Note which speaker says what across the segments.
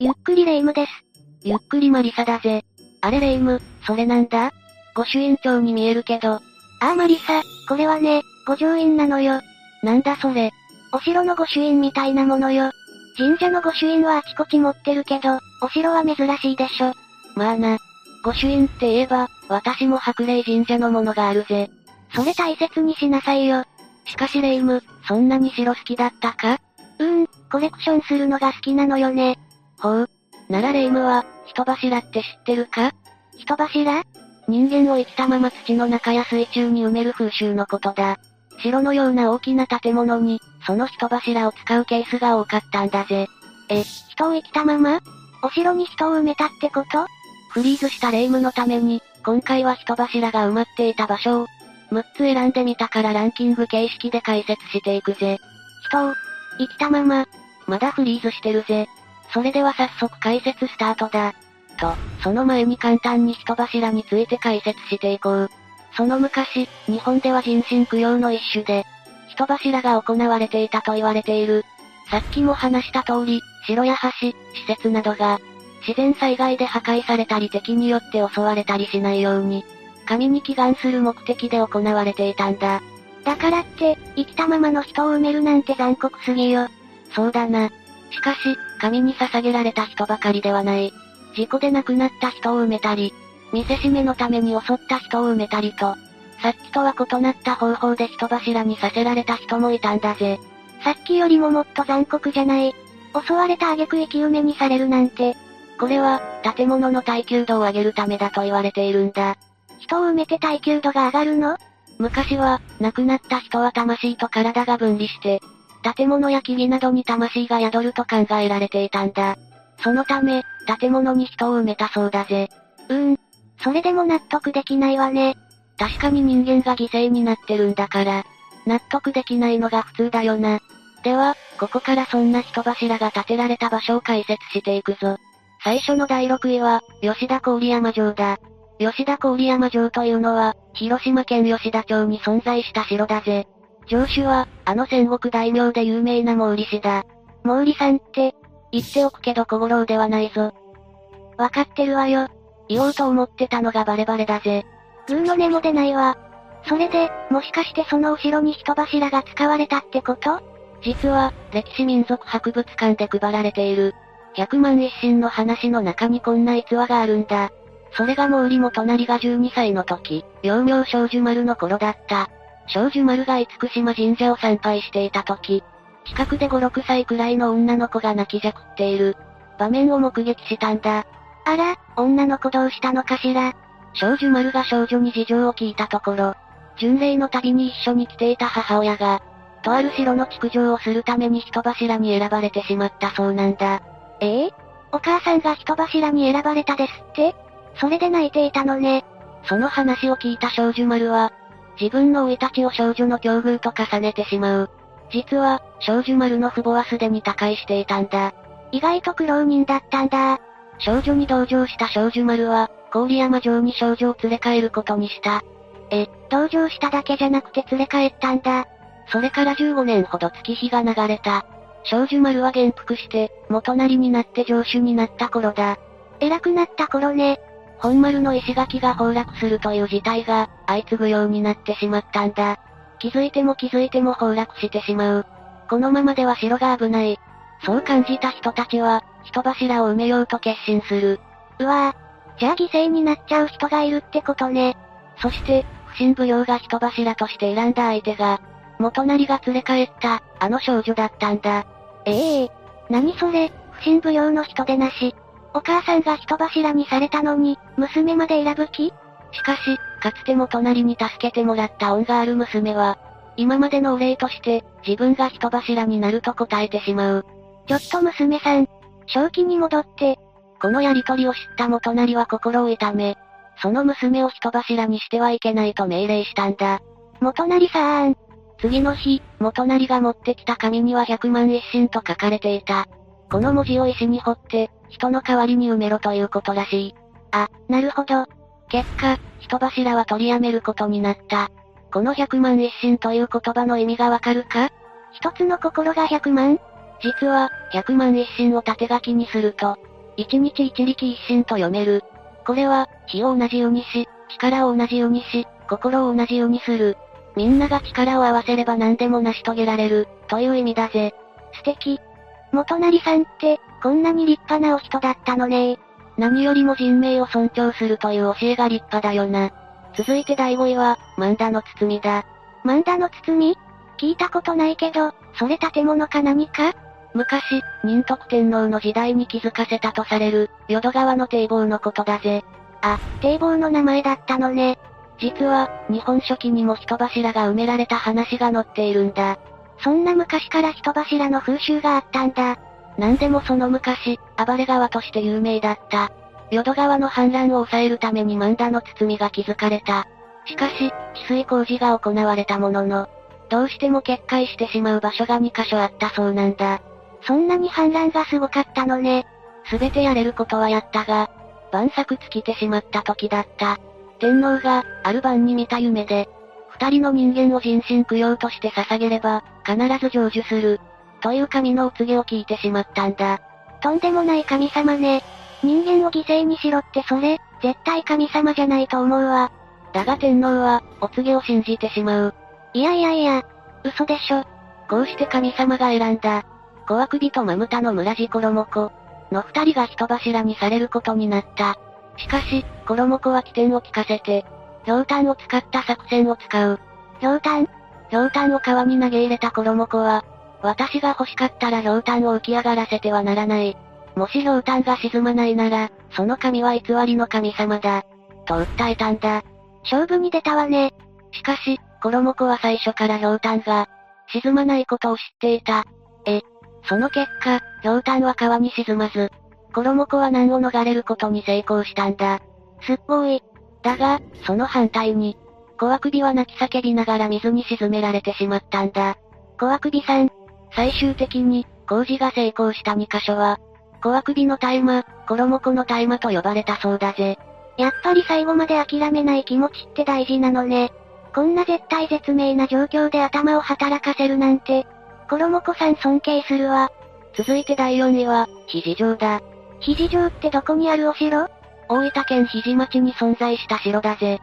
Speaker 1: ゆっくりレ夢ムです。ゆっくりマリサだぜ。あれレ夢ム、それなんだ御朱印帳に見えるけど。ああマリサ、これはね、御城印なのよ。なんだそれ。お城の御朱印みたいなものよ。神社の御朱印はあちこち持ってるけど、お城は珍しいでしょ。まあな。御朱印って言えば、私も白霊神社のものがあるぜ。それ大切にしなさいよ。しかしレ夢ム、そんなに城好きだったかうーん、コレクションするのが好きなのよね。ほう。ならレイムは、人柱って知ってるか人柱人間を生きたまま土の中や水中に埋める風習のことだ。城のような大きな建物に、その人柱を使うケースが多かったんだぜ。え、人を生きたままお城に人を埋めたってことフリーズしたレイムのために、今回は人柱が埋まっていた場所を、6つ選んでみたからランキング形式で解説していくぜ。人を、生きたまま、まだフリーズしてるぜ。それでは早速解説スタートだ。と、その前に簡単に人柱について解説していこう。その昔、日本では人身供養の一種で、人柱が行われていたと言われている。さっきも話した通り、城や橋、施設などが、自然災害で破壊されたり敵によって襲われたりしないように、神に祈願する目的で行われていたんだ。だからって、生きたままの人を埋めるなんて残酷すぎよ。そうだな。しかし、神に捧げられた人ばかりではない。事故で亡くなった人を埋めたり、見せしめのために襲った人を埋めたりと、さっきとは異なった方法で人柱にさせられた人もいたんだぜ。さっきよりももっと残酷じゃない。襲われた挙句生き埋めにされるなんて。これは、建物の耐久度を上げるためだと言われているんだ。人を埋めて耐久度が上がるの昔は、亡くなった人は魂と体が分離して、建物や木々などに魂が宿ると考えられていたんだ。そのため、建物に人を埋めたそうだぜ。うーん。それでも納得できないわね。確かに人間が犠牲になってるんだから、納得できないのが普通だよな。では、ここからそんな人柱が建てられた場所を解説していくぞ。最初の第6位は、吉田郡山城だ。吉田郡山城というのは、広島県吉田町に存在した城だぜ。城主は、あの戦国大名で有名な毛利氏だ。毛利さんって、言っておくけど小五郎ではないぞ。わかってるわよ。言おうと思ってたのがバレバレだぜ。グーの根も出ないわ。それで、もしかしてその後ろに人柱が使われたってこと実は、歴史民族博物館で配られている、百万一心の話の中にこんな逸話があるんだ。それが毛利も隣が12歳の時、幼名少女丸の頃だった。少女丸が厳島神社を参拝していた時、近くで5、6歳くらいの女の子が泣きじゃくっている、場面を目撃したんだ。あら、女の子どうしたのかしら。少女丸が少女に事情を聞いたところ、巡礼の旅に一緒に来ていた母親が、とある城の築城をするために人柱に選ばれてしまったそうなんだ。ええお母さんが人柱に選ばれたですってそれで泣いていたのね。その話を聞いた少女丸は、自分の生い立ちを少女の境遇と重ねてしまう。実は、少女丸の父母はすでに他界していたんだ。意外と苦労人だったんだ。少女に同情した少女丸は、郡山城に少女を連れ帰ることにした。え、同情しただけじゃなくて連れ帰ったんだ。それから15年ほど月日が流れた。少女丸は元服して、元なりになって城主になった頃だ。偉くなった頃ね。本丸の石垣が崩落するという事態が、相次ぐようになってしまったんだ。気づいても気づいても崩落してしまう。このままでは城が危ない。そう感じた人たちは、人柱を埋めようと決心する。うわぁ。じゃあ犠牲になっちゃう人がいるってことね。そして、不審奉行が人柱として選んだ相手が、元就が連れ帰った、あの少女だったんだ。ええ何それ、不審奉行の人でなし。お母さんが人柱にされたのに、娘まで選ぶ気しかし、かつても隣に助けてもらった恩がある娘は、今までのお礼として、自分が人柱になると答えてしまう。ちょっと娘さん、正気に戻って。このやりとりを知った元就は心を痛め、その娘を人柱にしてはいけないと命令したんだ。元就さーん。次の日、元就が持ってきた紙には百万一心と書かれていた。この文字を石に彫って、人の代わりに埋めろということらしい。あ、なるほど。結果、人柱は取りやめることになった。この百万一心という言葉の意味がわかるか一つの心が百万実は、百万一心を縦書きにすると、一日一力一心と読める。これは、火を同じようにし、力を同じようにし、心を同じようにする。みんなが力を合わせれば何でも成し遂げられる、という意味だぜ。素敵。元成さんって、こんなに立派なお人だったのね何よりも人命を尊重するという教えが立派だよな。続いて第5位は、マンダの包みだ。マンダの包み聞いたことないけど、それ建物か何か昔、仁徳天皇の時代に気づかせたとされる、淀川の堤防のことだぜ。あ、堤防の名前だったのね。実は、日本書紀にも人柱が埋められた話が載っているんだ。そんな昔から人柱の風習があったんだ。なんでもその昔、暴れ川として有名だった。淀川の氾濫を抑えるために万田の包みが築かれた。しかし、治水工事が行われたものの、どうしても決壊してしまう場所が2カ所あったそうなんだ。そんなに氾濫がすごかったのね。すべてやれることはやったが、晩作尽きてしまった時だった。天皇が、ある晩に見た夢で、二人の人間を人身供養として捧げれば、必ず成就する。という神のお告げを聞いてしまったんだ。とんでもない神様ね。人間を犠牲にしろってそれ、絶対神様じゃないと思うわ。だが天皇は、お告げを信じてしまう。いやいやいや、嘘でしょ。こうして神様が選んだ、小悪人マムタの村地衣子の二人が人柱にされることになった。しかし、衣子は起点を聞かせて、氷炭を使った作戦を使う。氷炭氷炭を川に投げ入れた衣子は、私が欲しかったら氷炭を浮き上がらせてはならない。もし氷炭が沈まないなら、その神は偽りの神様だ。と訴えたんだ。勝負に出たわね。しかし、衣子は最初から氷炭が、沈まないことを知っていた。え、その結果、氷炭は川に沈まず、衣子は難を逃れることに成功したんだ。すっごい。だが、その反対に、小悪びは泣き叫びながら水に沈められてしまったんだ。小悪びさん、最終的に、工事が成功した2箇所は、小悪びの大麻、衣子の大麻と呼ばれたそうだぜ。やっぱり最後まで諦めない気持ちって大事なのね。こんな絶対絶命な状況で頭を働かせるなんて、衣子さん尊敬するわ。続いて第4位は、肘城だ。肘城ってどこにあるお城大分県肘町に存在した城だぜ。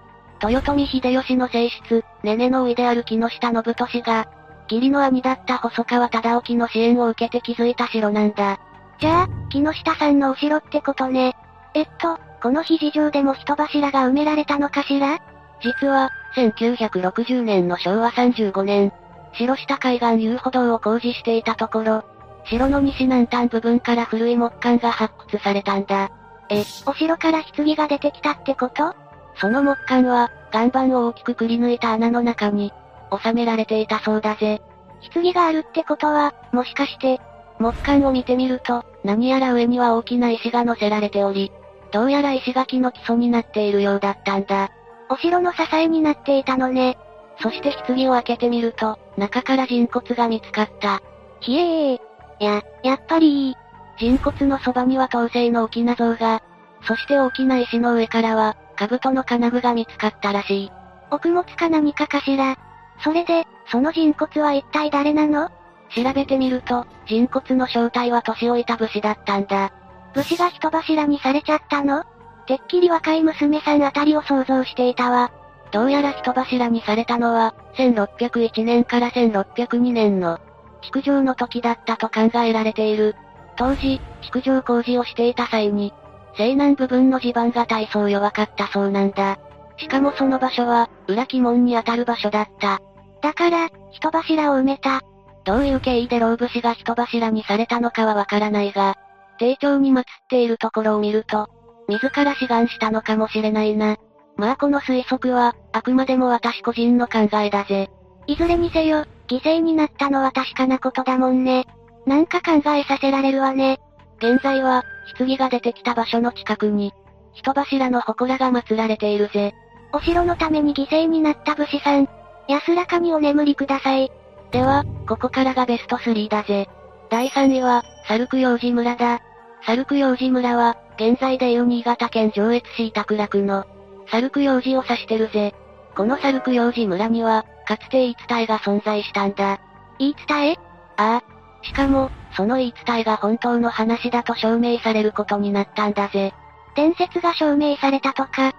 Speaker 1: 豊臣秀吉の正室、ねねのおいである木下信俊が、義理の兄だった細川忠興の支援を受けて築いた城なんだ。じゃあ、木下さんのお城ってことね。えっと、この日事情でも人柱が埋められたのかしら実は、1960年の昭和35年、城下海岸遊歩道を工事していたところ、城の西南端部分から古い木管が発掘されたんだ。え、お城から棺が出てきたってことその木管は、岩盤を大きくくり抜いた穴の中に、収められていたそうだぜ。棺があるってことは、もしかして、木管を見てみると、何やら上には大きな石が乗せられており、どうやら石垣の基礎になっているようだったんだ。お城の支えになっていたのね。そして棺を開けてみると、中から人骨が見つかった。ひえー。いや、やっぱりいい。人骨のそばには陶製の大きな像が、そして大きな石の上からは、兜の金具が見つかったらしい。奥物か何かかしらそれで、その人骨は一体誰なの調べてみると、人骨の正体は年老いた武士だったんだ。武士が人柱にされちゃったのてっきり若い娘さんあたりを想像していたわ。どうやら人柱にされたのは、1601年から1602年の、築城の時だったと考えられている。当時、築城工事をしていた際に、西南部分の地盤が大層弱かったそうなんだ。しかもその場所は、裏鬼門にあたる場所だった。だから、人柱を埋めた。どういう経緯で老武士が人柱にされたのかはわからないが、丁重に祀っているところを見ると、自ら志願したのかもしれないな。まあこの推測は、あくまでも私個人の考えだぜ。いずれにせよ、犠牲になったのは確かなことだもんね。なんか考えさせられるわね。現在は、棺が出てきた場所の近くに、人柱の祠が祀られているぜ。お城のために犠牲になった武士さん、安らかにお眠りください。では、ここからがベスト3だぜ。第3位は、サルク幼児村だ。サルク幼児村は、現在でいう新潟県上越市板倉区の、サルク幼児を指してるぜ。このサルク幼児村には、かつて言い伝えが存在したんだ。言い伝えああ。しかも、その言い伝えが本当の話だと証明されることになったんだぜ。伝説が証明されたとか。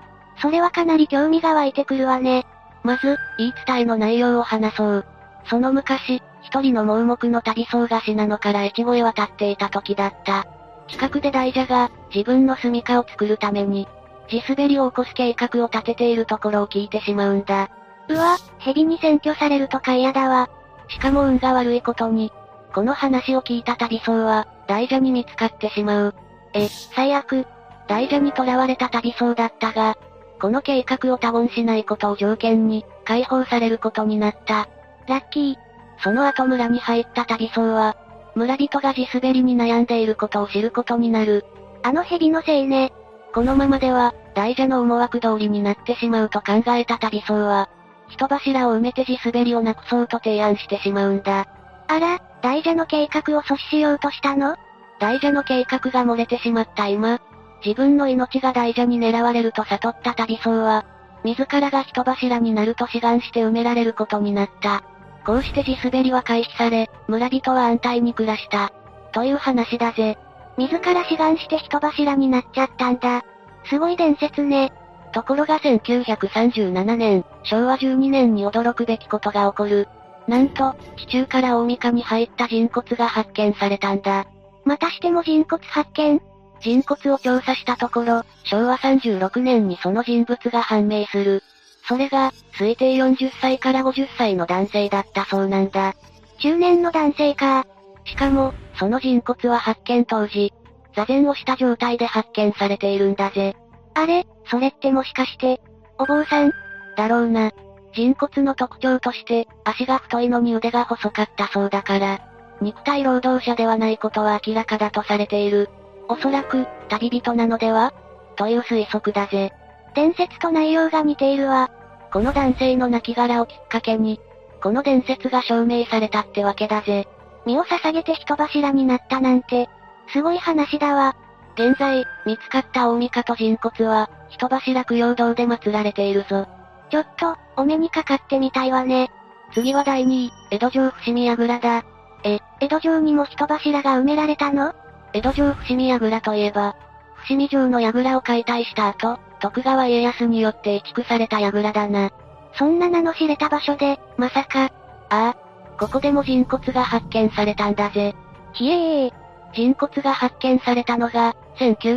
Speaker 1: それはかなり興味が湧いてくるわね。まず、言い伝えの内容を話そう。その昔、一人の盲目の旅僧が信濃から越後へ渡っていた時だった。近くで大蛇が、自分の住処を作るために、地滑りを起こす計画を立てているところを聞いてしまうんだ。うわ、蛇に占拠されるとか嫌だわ。しかも運が悪いことに、この話を聞いた旅僧は、大蛇に見つかってしまう。え、最悪。大蛇に囚われた旅僧だったが、この計画を多言しないことを条件に、解放されることになった。ラッキー。その後村に入った旅僧は、村人が地滑りに悩んでいることを知ることになる。あの蛇のせいね。このままでは、大蛇の思惑通りになってしまうと考えた旅僧は、人柱を埋めて地滑りをなくそうと提案してしまうんだ。あら、大蛇の計画を阻止しようとしたの大蛇の計画が漏れてしまった今、自分の命が大蛇に狙われると悟った旅僧は、自らが人柱になると志願して埋められることになった。こうして地滑りは回避され、村人は安泰に暮らした。という話だぜ。自ら志願して人柱になっちゃったんだ。すごい伝説ね。ところが1937年、昭和12年に驚くべきことが起こる。なんと、地中から大御かに入った人骨が発見されたんだ。またしても人骨発見人骨を調査したところ、昭和36年にその人物が判明する。それが、推定40歳から50歳の男性だったそうなんだ。中年の男性か。しかも、その人骨は発見当時、座禅をした状態で発見されているんだぜ。あれ、それってもしかして、お坊さんだろうな。人骨の特徴として、足が太いのに腕が細かったそうだから、肉体労働者ではないことは明らかだとされている。おそらく、旅人なのではという推測だぜ。伝説と内容が似ているわ。この男性の亡骸をきっかけに、この伝説が証明されたってわけだぜ。身を捧げて人柱になったなんて、すごい話だわ。現在、見つかった大御かと人骨は、人柱供養堂で祀られているぞ。ちょっと、お目にかかってみたいわね。次は第2位、江戸城伏見櫓だ。え、江戸城にも人柱が埋められたの江戸城伏見櫓といえば、伏見城の櫓を解体した後、徳川家康によって移築された櫓だな。そんな名の知れた場所で、まさか。ああ、ここでも人骨が発見されたんだぜ。ひえー。人骨が発見されたのが、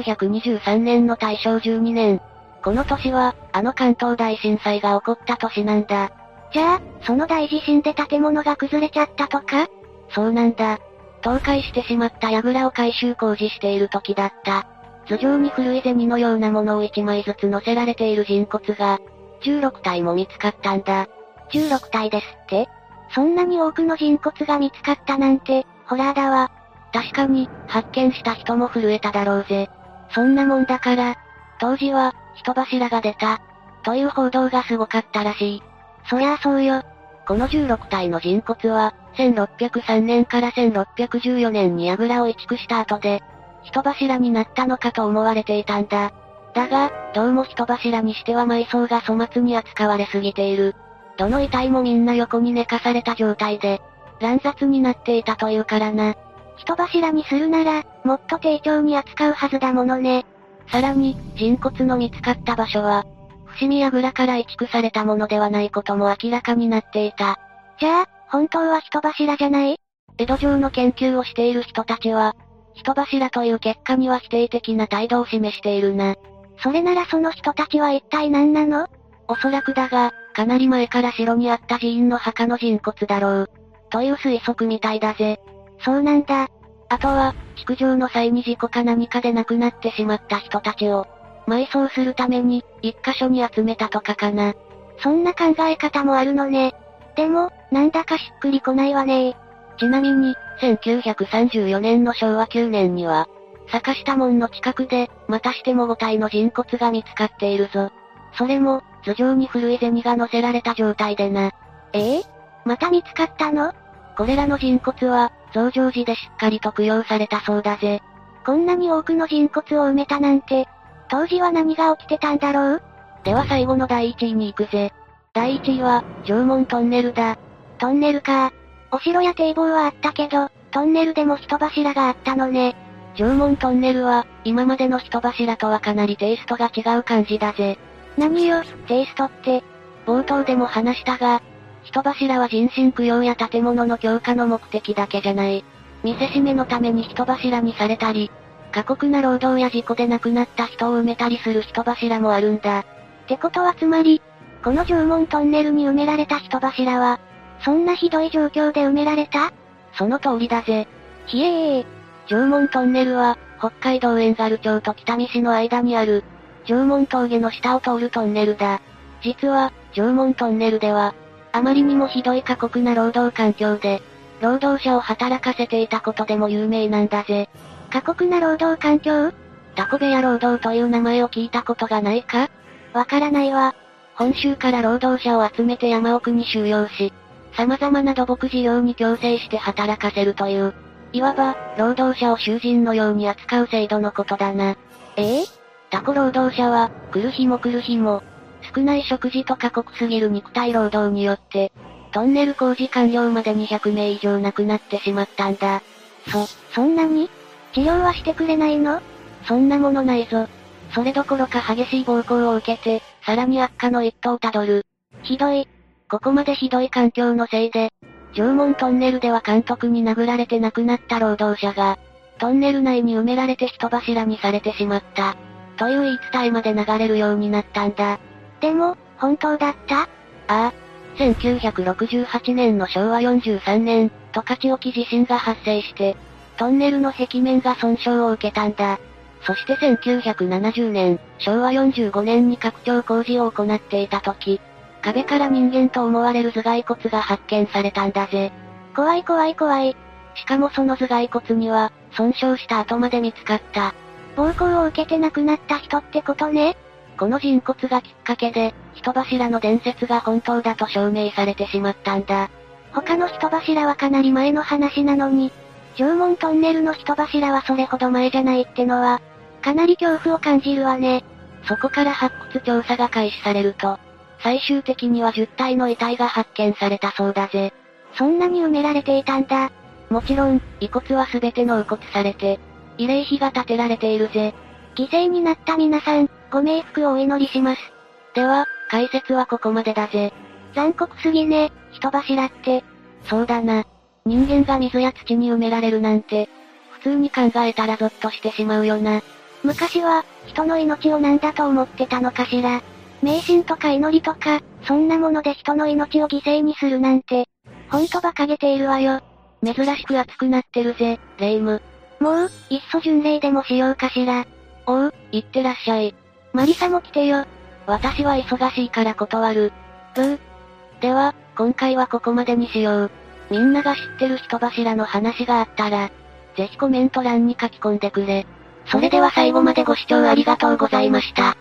Speaker 1: 1923年の大正12年。この年は、あの関東大震災が起こった年なんだ。じゃあ、その大地震で建物が崩れちゃったとかそうなんだ。倒壊してしまった櫓を改修工事している時だった。頭上に古い銭のようなものを1枚ずつ乗せられている人骨が、16体も見つかったんだ。16体ですってそんなに多くの人骨が見つかったなんて、ホラーだわ。確かに、発見した人も震えただろうぜ。そんなもんだから、当時は、人柱が出た。という報道がすごかったらしい。そりゃあそうよ。この16体の人骨は、1603年から1614年に櫓を移築した後で、人柱になったのかと思われていたんだ。だが、どうも人柱にしては埋葬が粗末に扱われすぎている。どの遺体もみんな横に寝かされた状態で、乱雑になっていたというからな。人柱にするなら、もっと丁重に扱うはずだものね。さらに、人骨の見つかった場所は、伏見櫓から移築されたものではないことも明らかになっていた。じゃあ、本当は人柱じゃない江戸城の研究をしている人たちは、人柱という結果には否定的な態度を示しているな。それならその人たちは一体何なのおそらくだが、かなり前から城にあった寺院の墓の人骨だろう。という推測みたいだぜ。そうなんだ。あとは、築城の際に事故か何かで亡くなってしまった人たちを、埋葬するために、一箇所に集めたとかかな。そんな考え方もあるのね。でも、なんだかしっくりこないわねちなみに、1934年の昭和9年には、坂下門の近くで、またしても5体の人骨が見つかっているぞ。それも、頭上に古い銭が乗せられた状態でな。ええまた見つかったのこれらの人骨は、増上寺でしっかりと供養されたそうだぜ。こんなに多くの人骨を埋めたなんて、当時は何が起きてたんだろうでは最後の第1位に行くぜ。第1位は、縄文トンネルだ。トンネルかお城や堤防はあったけど、トンネルでも人柱があったのね。縄文トンネルは、今までの人柱とはかなりテイストが違う感じだぜ。何よ、テイストって。冒頭でも話したが、人柱は人身供養や建物の強化の目的だけじゃない。見せしめのために人柱にされたり、過酷な労働や事故で亡くなった人を埋めたりする人柱もあるんだ。ってことはつまり、この縄文トンネルに埋められた人柱は、そんなひどい状況で埋められたその通りだぜ。ひえー。縄文トンネルは、北海道遠軽町と北見市の間にある、縄文峠の下を通るトンネルだ。実は、縄文トンネルでは、あまりにもひどい過酷な労働環境で、労働者を働かせていたことでも有名なんだぜ。過酷な労働環境タコ部屋労働という名前を聞いたことがないかわからないわ。本州から労働者を集めて山奥に収容し、様々な土木事業に強制して働かせるという、いわば、労働者を囚人のように扱う制度のことだな。ええタコ労働者は、来る日も来る日も、少ない食事と過酷すぎる肉体労働によって、トンネル工事完了まで200名以上亡くなってしまったんだ。そ、そんなに治療はしてくれないのそんなものないぞ。それどころか激しい暴行を受けて、さらに悪化の一途をたどる。ひどい。ここまでひどい環境のせいで、縄文トンネルでは監督に殴られて亡くなった労働者が、トンネル内に埋められて人柱にされてしまった。という言い伝えまで流れるようになったんだ。でも、本当だったああ。1968年の昭和43年、十勝沖地震が発生して、トンネルの壁面が損傷を受けたんだ。そして1970年、昭和45年に拡張工事を行っていた時、壁から人間と思われる頭蓋骨が発見されたんだぜ。怖い怖い怖い。しかもその頭蓋骨には、損傷した後まで見つかった。暴行を受けて亡くなった人ってことね。この人骨がきっかけで、人柱の伝説が本当だと証明されてしまったんだ。他の人柱はかなり前の話なのに、縄文トンネルの人柱はそれほど前じゃないってのは、かなり恐怖を感じるわね。そこから発掘調査が開始されると、最終的には10体の遺体が発見されたそうだぜ。そんなに埋められていたんだ。もちろん、遺骨は全ての遺骨されて、慰霊碑が建てられているぜ。犠牲になった皆さん、ご冥福をお祈りします。では、解説はここまでだぜ。残酷すぎね、人柱って。そうだな。人間が水や土に埋められるなんて、普通に考えたらゾッとしてしまうよな。昔は、人の命を何だと思ってたのかしら。迷信とか祈りとか、そんなもので人の命を犠牲にするなんて、ほんと馬鹿げているわよ。珍しく熱くなってるぜ、レイム。もう、いっそ巡礼でもしようかしら。おう、行ってらっしゃい。マリサも来てよ。私は忙しいから断る。ブー。では、今回はここまでにしよう。みんなが知ってる人柱の話があったら、ぜひコメント欄に書き込んでくれ。それでは最後までご視聴ありがとうございました。